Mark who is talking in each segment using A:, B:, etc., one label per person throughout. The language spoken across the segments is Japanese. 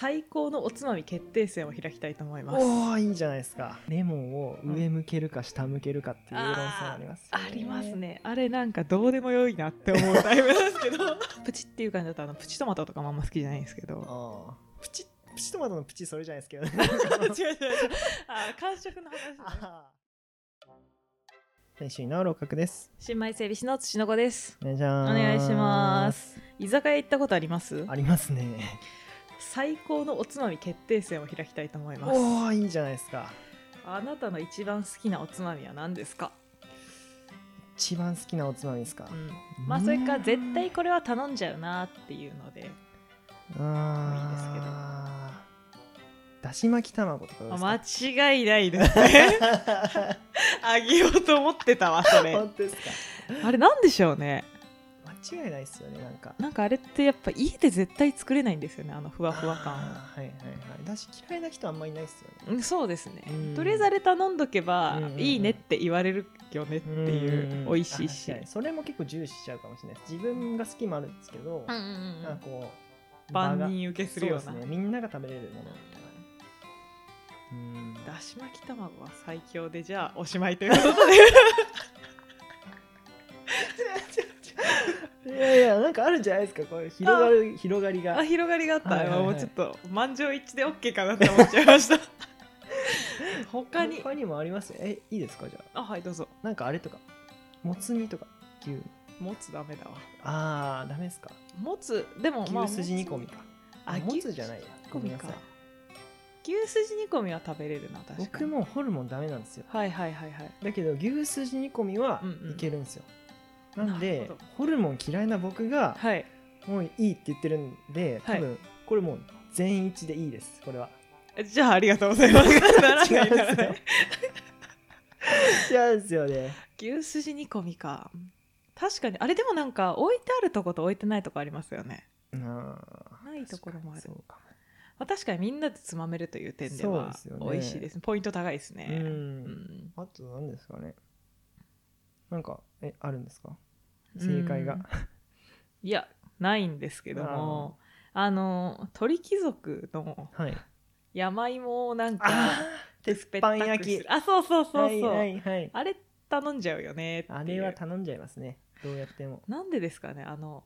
A: 最高のおつまみ決定戦を開きたいと思います。
B: おおいいじゃないですかレモンを上向けるか下向けるかっていう論争あります、
A: ありますね。あれなんかどうでもよいなって思うタイプなんですけど。 プチっていう感じだとあのプチトマトとかもあんま好きじゃないんですけ ど。
B: あープチプチトマトのプチそれじゃないですけどね
A: 違う 違う違う。あー、感触の話、ね。
B: あー先週の六角です
A: 新米整備士の土の子です。
B: お願いします
A: お願いします居酒屋行ったことあります
B: ありますね
A: 最高のおつまみ決定戦を開きたいと思います。
B: おおいいじゃないですか
A: あなたの一番好きなおつまみは何ですか、
B: 一番好きなおつまみですか、
A: うん、まあそれか絶対これは頼んじゃうなっていうので。
B: あーだし巻き卵とかどうですか
A: 間違いないですねあげようと思ってたわそれ
B: 本当ですか
A: あれなんでしょうね
B: 間違いないですよねなんか
A: なんかあれってやっぱ家で絶対作れないんですよねあのふわふわ感
B: あーはいはいはいだし嫌いな人あんまりいないですよね
A: うんそうですね
B: うん
A: とりあえずあれ頼んどけば
B: うんうんうん
A: いいねって言われるよねっていう美味しいし
B: あ確かにそれも結構重視しちゃうかもしれないです自分が好きもあるんですけど、
A: うんうんう
B: なん
A: ん
B: かこう
A: 万
B: 場が
A: 人受けするよう
B: そ
A: な
B: ですねみんなが食べれるものみたいなうん
A: だし巻き卵は最強でじゃあおしまいということで
B: いやいやなんかあるんじゃないですかこういう広がる広がりが
A: あ 広がりがあった、
B: はいはいはい
A: もうちょっと満場一致で OK かなって思っちゃいました他に
B: 他にもありますよえいいですかじゃあ
A: あはいどうぞ
B: なんかあれとかもつ煮とか牛
A: もつダメだわ
B: あーダメですか
A: もつでもまあ
B: 牛すじ煮込みか
A: あ
B: もつじゃないいや
A: 込み
B: ごめんな
A: か
B: さい
A: 牛すじ煮込みは食べれるな確かに
B: 僕もホルモンダメなんですよ
A: はいはいはいはい
B: だけど牛すじ煮込みは
A: うんうん
B: いけるんですよ、なん
A: なる
B: で
A: ほど
B: ホルモン嫌いな僕が
A: はい
B: もういいって言ってるんで多
A: はい
B: 分これもう全員一致でいいですこれは
A: じゃあありがとうございます なら
B: 違
A: な
B: う
A: い
B: んで
A: なら
B: す
A: ない
B: よ違うんですよね
A: 牛すじ煮込みか確かにあれでもなんか置いてあるとこと置いてないとこありますよね
B: な
A: ないところもある
B: そうか
A: まあ、確かにみんなでつまめるという点で
B: そう
A: は
B: ですよね
A: 美味しいですねポイント高いです
B: もう
A: ね
B: ん
A: ん
B: あと何ですかねなんかえあるんですか正解
A: う
B: が
A: んいやないんですけどもあの鳥貴族の
B: はい
A: 山芋をなん
B: あ
A: か
B: ー鉄板焼
A: ペッタクす
B: き
A: るあそうそうそうそう、
B: はいはいはい
A: あれ頼んじゃうよねっていう
B: あれは頼んじゃいますねどうやっても
A: なんでですかねあの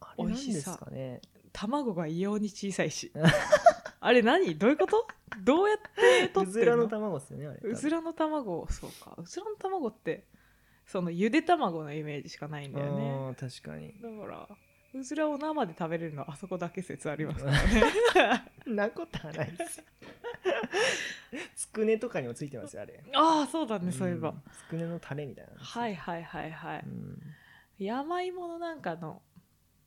B: あれなんですかね
A: 卵が異様に小さい しあれ何どういうことどうやって
B: う
A: 取って
B: ず
A: る
B: ら
A: の
B: の卵ですよねあれ多分
A: うずらの卵そうかうずらの卵ってそのゆで卵のイメージしかないんだよね
B: あー確かに
A: だからうずらを生で食べれるのはあそこだけ説ありますね
B: なことはないですよ つくねとかにもついてますよあれ
A: ああそうだねそういえば、
B: んつくねのタレみたいなの
A: はいはいはいはい
B: うん
A: 山芋のなんかの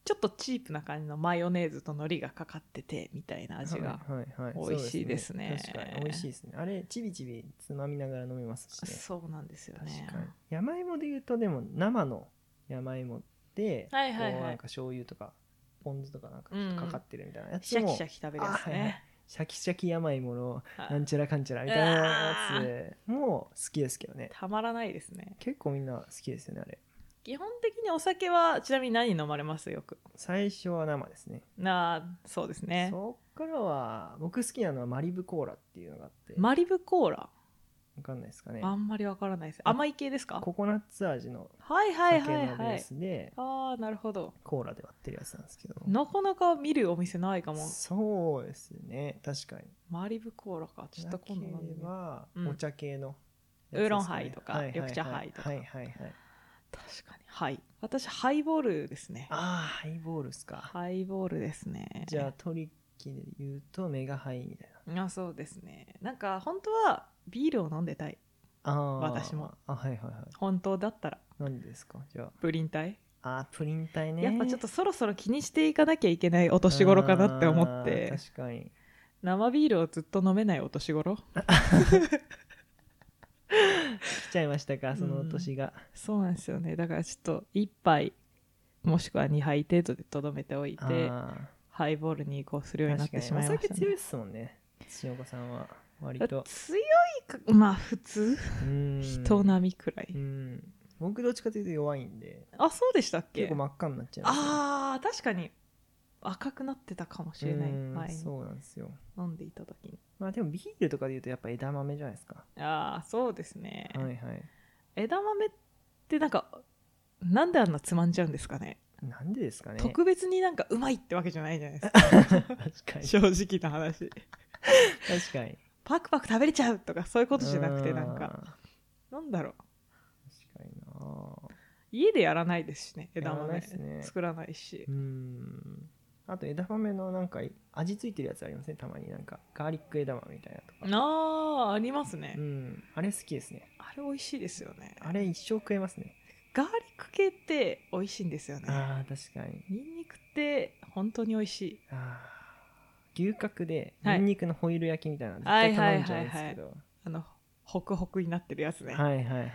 A: ちょっとチープな感じのマヨネーズと海苔がかかっててみたいな味が、
B: はいはいはい
A: 美味しいですね
B: そう確かに美味しいですねあれちびちびつまみながら飲めますしね
A: そうなんですよ
B: 確
A: ね
B: かに山芋で言うとでも生の山芋で、
A: はいはいはい
B: こうなんか醤油とかポン酢とかなんかちょっとかかってるみたいなやつ
A: シャ
B: も、
A: キシャキ食べれますね
B: シャキシャキ山芋の
A: はい
B: なんちゃらかんちゃらみたいなやつも好きですけどね
A: たまらないですね
B: 結構みんな好きですよねあれ
A: 基本的にお酒はちなみに何飲まれますよく
B: 最初は生ですね
A: なあそうですね
B: そっからは僕好きなのはマリブコーラっていうのがあって、
A: マリブコーラ
B: わかんないですかね
A: あんまりわからないです甘い系ですか
B: ココナッツ味の
A: はいはい
B: 酒
A: はい
B: のベ
A: は
B: ー
A: い
B: スで
A: ああなるほど
B: コーラで割ってるやつなんですけど、
A: なかなか見るお店ないかも
B: そうですね確かに
A: マリブコーラかちょっと今度飲んでみよ
B: なけれ
A: う
B: ば
A: うん
B: お茶系の
A: ウーロンハイとか
B: はいはいはい
A: 緑茶ハイとか
B: はいはいはい
A: 確かにはい私ハイボールですね
B: ああハイボールっすか
A: ハイボールですね
B: じゃあ トリッキーで言うとメガハイみたいな
A: あそうですねなんか本当はビールを飲んでたい
B: あー
A: 私も
B: あはいはいはい
A: 本当だったら
B: 何ですかじゃあ
A: プリン体、
B: あープリン体ね
A: やっぱちょっとそろそろ気にしていかなきゃいけないお年頃かなって思って
B: あー確かに
A: 生ビールをずっと飲めないお年頃
B: 来ちゃいましたかその
A: うん
B: 年が、
A: そうなんですよねだからちょっと1杯もしくは2杯程度でとどめておい
B: あ
A: て
B: ー
A: ハイボールに移行するようになって
B: 確
A: し
B: か
A: ま
B: に
A: い
B: お
A: まし
B: 酒
A: た、
B: 強い
A: ね、
B: っすもんね土岡さんは割
A: あ
B: と
A: 強いかまあ普通
B: うん
A: 人並みくらい、
B: うん僕どっちかというと弱いんで
A: あそうでしたっけ
B: 結構真っ赤になっちゃいますね
A: あー確かに赤くなってたかもしれないう前
B: ん
A: に
B: そうなんですよ
A: 飲んでいた時に
B: まあでもビールとかでいうとやっぱ枝豆じゃないですか
A: ああそうですね、
B: はいはい
A: 枝豆ってなんかなんであんなつまんじゃうんですかね
B: なんでですかね
A: 特別になんかうまいってわけじゃないじゃないですか
B: 確か に
A: 正直な話
B: 確かに
A: パクパク食べれちゃうとかそういうことじゃなくてなんか
B: か
A: なんだろう
B: 確かにな
A: 家でやらないですしね枝
B: やら
A: 豆
B: ないですね
A: 作らないし
B: うんあと枝豆のなんか味付いてるやつありますねたまになんかガーリック枝豆みたいなとか
A: あーありますね、
B: うんあれ好きですね
A: あれ美味しいですよね
B: あれ一生食えますね
A: ガーリック系って美味しいんですよね
B: ああ確かに
A: ニンニクって本当に美味しい
B: あー牛角で
A: は
B: ニ
A: い
B: ンニクのホイル焼きみたいなの絶対頼んじゃうんですけど
A: あのホクホクになってるやつね、
B: はいはいはい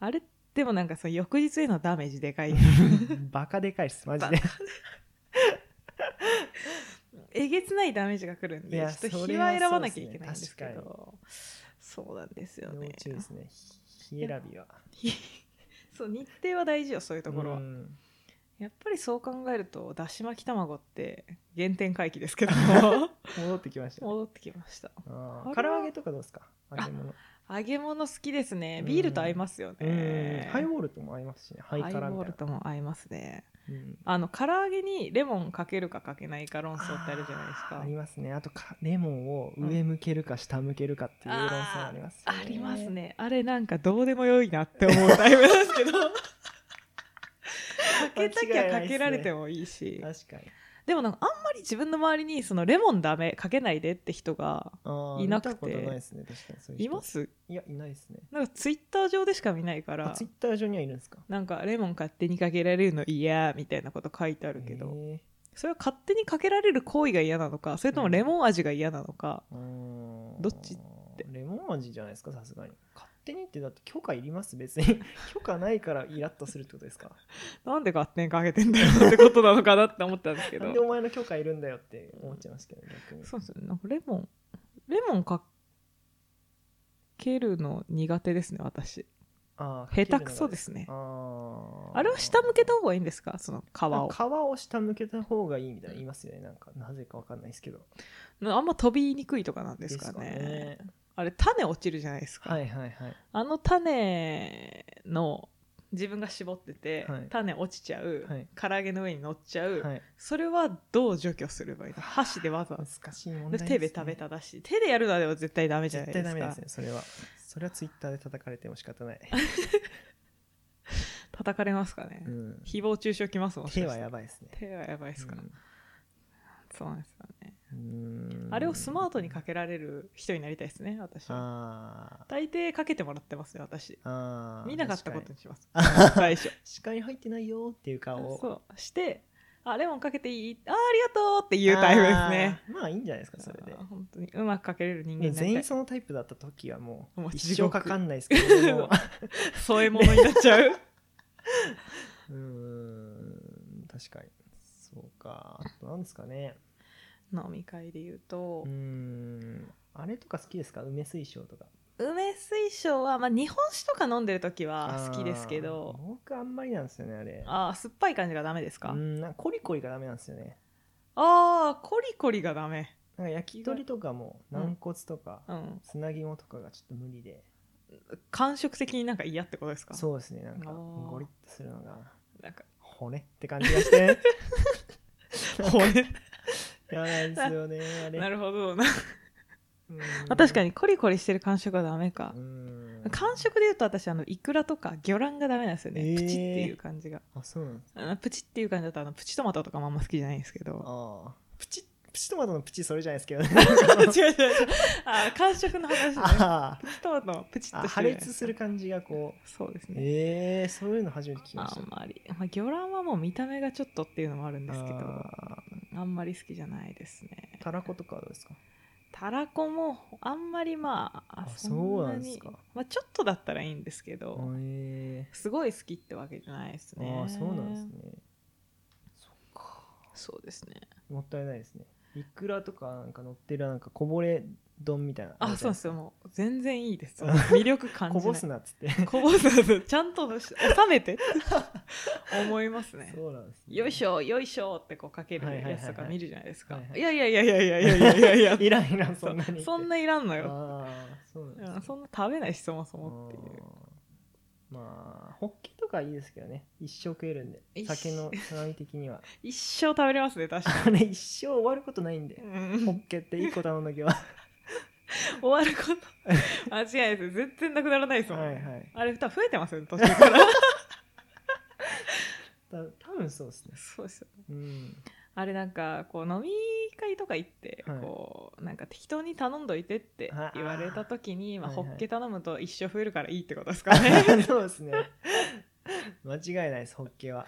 A: あれでもなんかその翌日へのダメージで かい
B: バカでかいっすマジで
A: えげつないダメージがくるん
B: い
A: で
B: や
A: ちょっと
B: そ
A: 日
B: れ
A: は
B: は
A: 選ばなきゃいけないんですけ
B: そうで
A: どそうなんですよ
B: 要
A: ね
B: 注意ですね日選びは
A: そう日程は大事よそういうところは、
B: うん
A: やっぱりそう考えるとだし巻き卵って原点回帰ですけど
B: 戻ってきました
A: 戻ってきました
B: あ
A: あ
B: ー
A: れ
B: 唐
A: は
B: 揚げとかどうですか揚げ物
A: 揚げ物好きですね
B: うん
A: ビールと合いますよ
B: うん
A: ね
B: ハイボールとも合いますしねハイ
A: ハイ
B: カラみ
A: ボー
B: たい
A: ルと
B: な
A: も合いますね
B: うん
A: あの唐揚げにレモンかけるかかけないか論争ってあるじゃないです
B: あー
A: か
B: ありますねあとかレモンを上向けるか下向けるかっていう論争ありますよ
A: あります ねあれなんかどうでもよいなって思うタイプなんです けどかけたきゃかけられてもいいし
B: 確かに
A: でもなんかあんまり自分の周りにそのレモンダメかけないでって人が
B: あー
A: いなくて
B: 見たことないですね確かにそういう人
A: います
B: いやいないですね
A: なんかツイッター上でしか見ないから
B: ツイッター上にはいるんですか
A: なんかレモン勝手にかけられるの嫌みたいなこと書いてあるけど
B: へ
A: それは勝手にかけられる行為が嫌なのかそれともレモン味が嫌なのか
B: ーうーん
A: どっちて
B: レモン味じゃないですかさすがに勝手にってだって許可いります別に 許可ないからイラッとするってことですか
A: なんで勝手にかけてんだよってことなのかなって思ったんですけ
B: な
A: ど
B: んでお前の許可いるんだよって思っちゃいますけど逆に
A: そうですねなんかレモンレモンかけるの苦手ですね私
B: あー
A: 下手くそですね
B: あー
A: あれは下向けた方がいいんですかその皮を
B: 皮を下向けた方がいいみたいな言いますよねなんかなぜかわかんないですけど
A: あんま飛びにくいとかなんですかね
B: ですかね
A: あれ種落ちるじゃないですか、
B: はいはいはい
A: あの種の自分が絞ってて、
B: はい
A: 種落ちちゃう、
B: はい
A: 唐揚げの上に乗っちゃう、
B: はい
A: それはどう除去すればいいの箸でわざわざ
B: 難しい問題
A: で手で食べただし手でやるのはでも絶対ダメじゃない
B: 絶
A: です
B: 対
A: か
B: ダメですねそれはそれはツイッターで叩かれても仕方ない、
A: 叩かれますかね、
B: うん、
A: 誹謗中傷きますもん
B: 手はやばいですね
A: 手はやばいですから、そうなんですよね、
B: うん
A: あれをスマートにかけられる人になりたいですね私は
B: あー
A: 大抵かけてもらってますね私
B: あー
A: 見なかったことにします
B: 確かに
A: 最初
B: 視界入ってないよっていう顔を
A: そうしてあレモンかけていいあーありがとうっていうタイプですね
B: あーまあいいんじゃないですかそれで
A: あー本当にうまくかけれる人間
B: ね
A: になり
B: 全
A: た
B: 員
A: い
B: そのタイプだった時はもう
A: もう
B: 一
A: 地
B: 生
A: 獄
B: かかんないですけども
A: 添え物になっちゃ う
B: うーん確かにそうかあとなんですかね
A: 飲み会で言うと
B: うー、んあれとか好きですか梅水晶とか
A: 梅水晶は、まあ、日本酒とか飲んでる時は好きですけど
B: あー僕あんまりなんですよねあれ
A: あー酸っぱい感じがダメですか、
B: うんなんかコリコリがダメなんですよね
A: あーコリコリがダメ
B: なんか焼き鳥とかも
A: うん
B: 軟骨とか
A: うん
B: 砂肝とかがちょっと無理で
A: 感触的になんか嫌ってことですか
B: そうですねなんか
A: あー
B: ゴリッとするのが
A: なんか
B: 骨って感じがして
A: 骨
B: やばいですよねあれ
A: なるほどな、
B: うん
A: まあ確かにコリコリしてる感触はダメか
B: う、ん
A: 感触で言うと私あのイクラとか魚卵がダメなんですよね、
B: えー
A: プチっていう感じが
B: あそうなんです
A: あのプチっていう感じだとあのプチトマトとかもあんま好きじゃないんですけ ど
B: あープチプチトマトのプチそれじゃないですけど ね
A: 違う違う違うあー感触の話ね
B: あー
A: プチトマトのプチっ
B: あ
A: として
B: 破
A: るじゃない
B: 裂する感じがこう
A: そうですね、
B: えー、そういうの初めて聞きま
A: あ
B: した
A: んまり、まあ、魚卵はもう見た目がちょっとっていうのもあるんですけどあ
B: あ
A: んまり好きじゃないですね
B: ーたらことかはどうですか
A: たらこもあんまりまあ
B: あ
A: そんな
B: そうなんで
A: に
B: すか
A: まあ、ちょっとだったらいいんですけど、
B: え
A: すごい好きってわけじゃないです
B: ー
A: ね
B: ああそうなんですねそっか
A: そうですね
B: もったいないですねイクラとかなんか乗ってるなんかこぼれ丼みたいな
A: あそうです
B: よ
A: よもう全然いい です魅力感じ
B: こ
A: ない
B: ぼすなっつって
A: こぼす なちゃんとのし収めて 思いますね
B: そうなんですね
A: よいしょよいしょってこうかけるやつとか
B: はいはいはいはい
A: 見るじゃないですか、
B: はいいはい
A: やいやいやいやいやいやいやいやいや
B: いらんいらんそんなに
A: そんないらんのよ、
B: ああそうなんです
A: うん
B: ね
A: そんな食べないしそもそもっていう
B: あーまあホッケとかいいですけどね一生食えるんで
A: 一
B: 酒のつまみ的には
A: 一生食べれますね確か
B: あれ一生終わることないんで
A: に、
B: ホッケっていい子頼んだけどは
A: 終わること間違いないです全然なくならないです
B: い
A: もん、
B: はい
A: あれ多分増えてますよね途中 から
B: た多分そうですね
A: そうですよ
B: うん
A: あれなんかこう飲み会とか行って、
B: はい
A: こうなんか適当に頼んどいてって言われた時に
B: あ
A: まあ、
B: はい
A: ホ
B: はい
A: ッケ頼むと一生増えるからいいってことですかね
B: そうですね間違いないですホッケは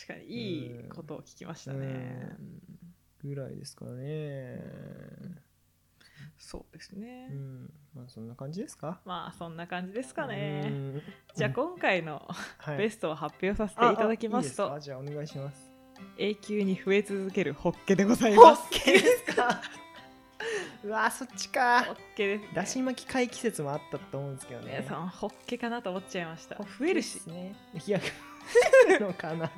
A: 確かにいいことを聞きましたね
B: ぐらいですからね
A: そうですね、
B: うんまあそんな感じですか
A: まあそんな感じですか
B: う
A: ね
B: ん
A: じゃあ今回の
B: はい
A: ベストを発表させていただきますと
B: ああいいですかじゃあお願いします
A: 永久に増え続けるホッケでござい
B: ホ
A: ま
B: ッ
A: す
B: ケですか うわそっち
A: ホッ
B: か
A: ケですね
B: だし巻き回季節もあったと思うんですけど
A: ね
B: ね
A: そのホッケかなと思っちゃいました増えるし
B: ね 飛躍のか な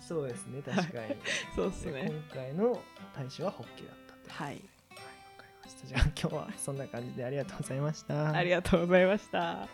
B: そうですね確かに、
A: そうです
B: で
A: ね
B: 今回の大賞はホッケだったって
A: はい
B: はいわかりましたじゃあ今日はそんな感じでありがとうございました
A: ありがとうございました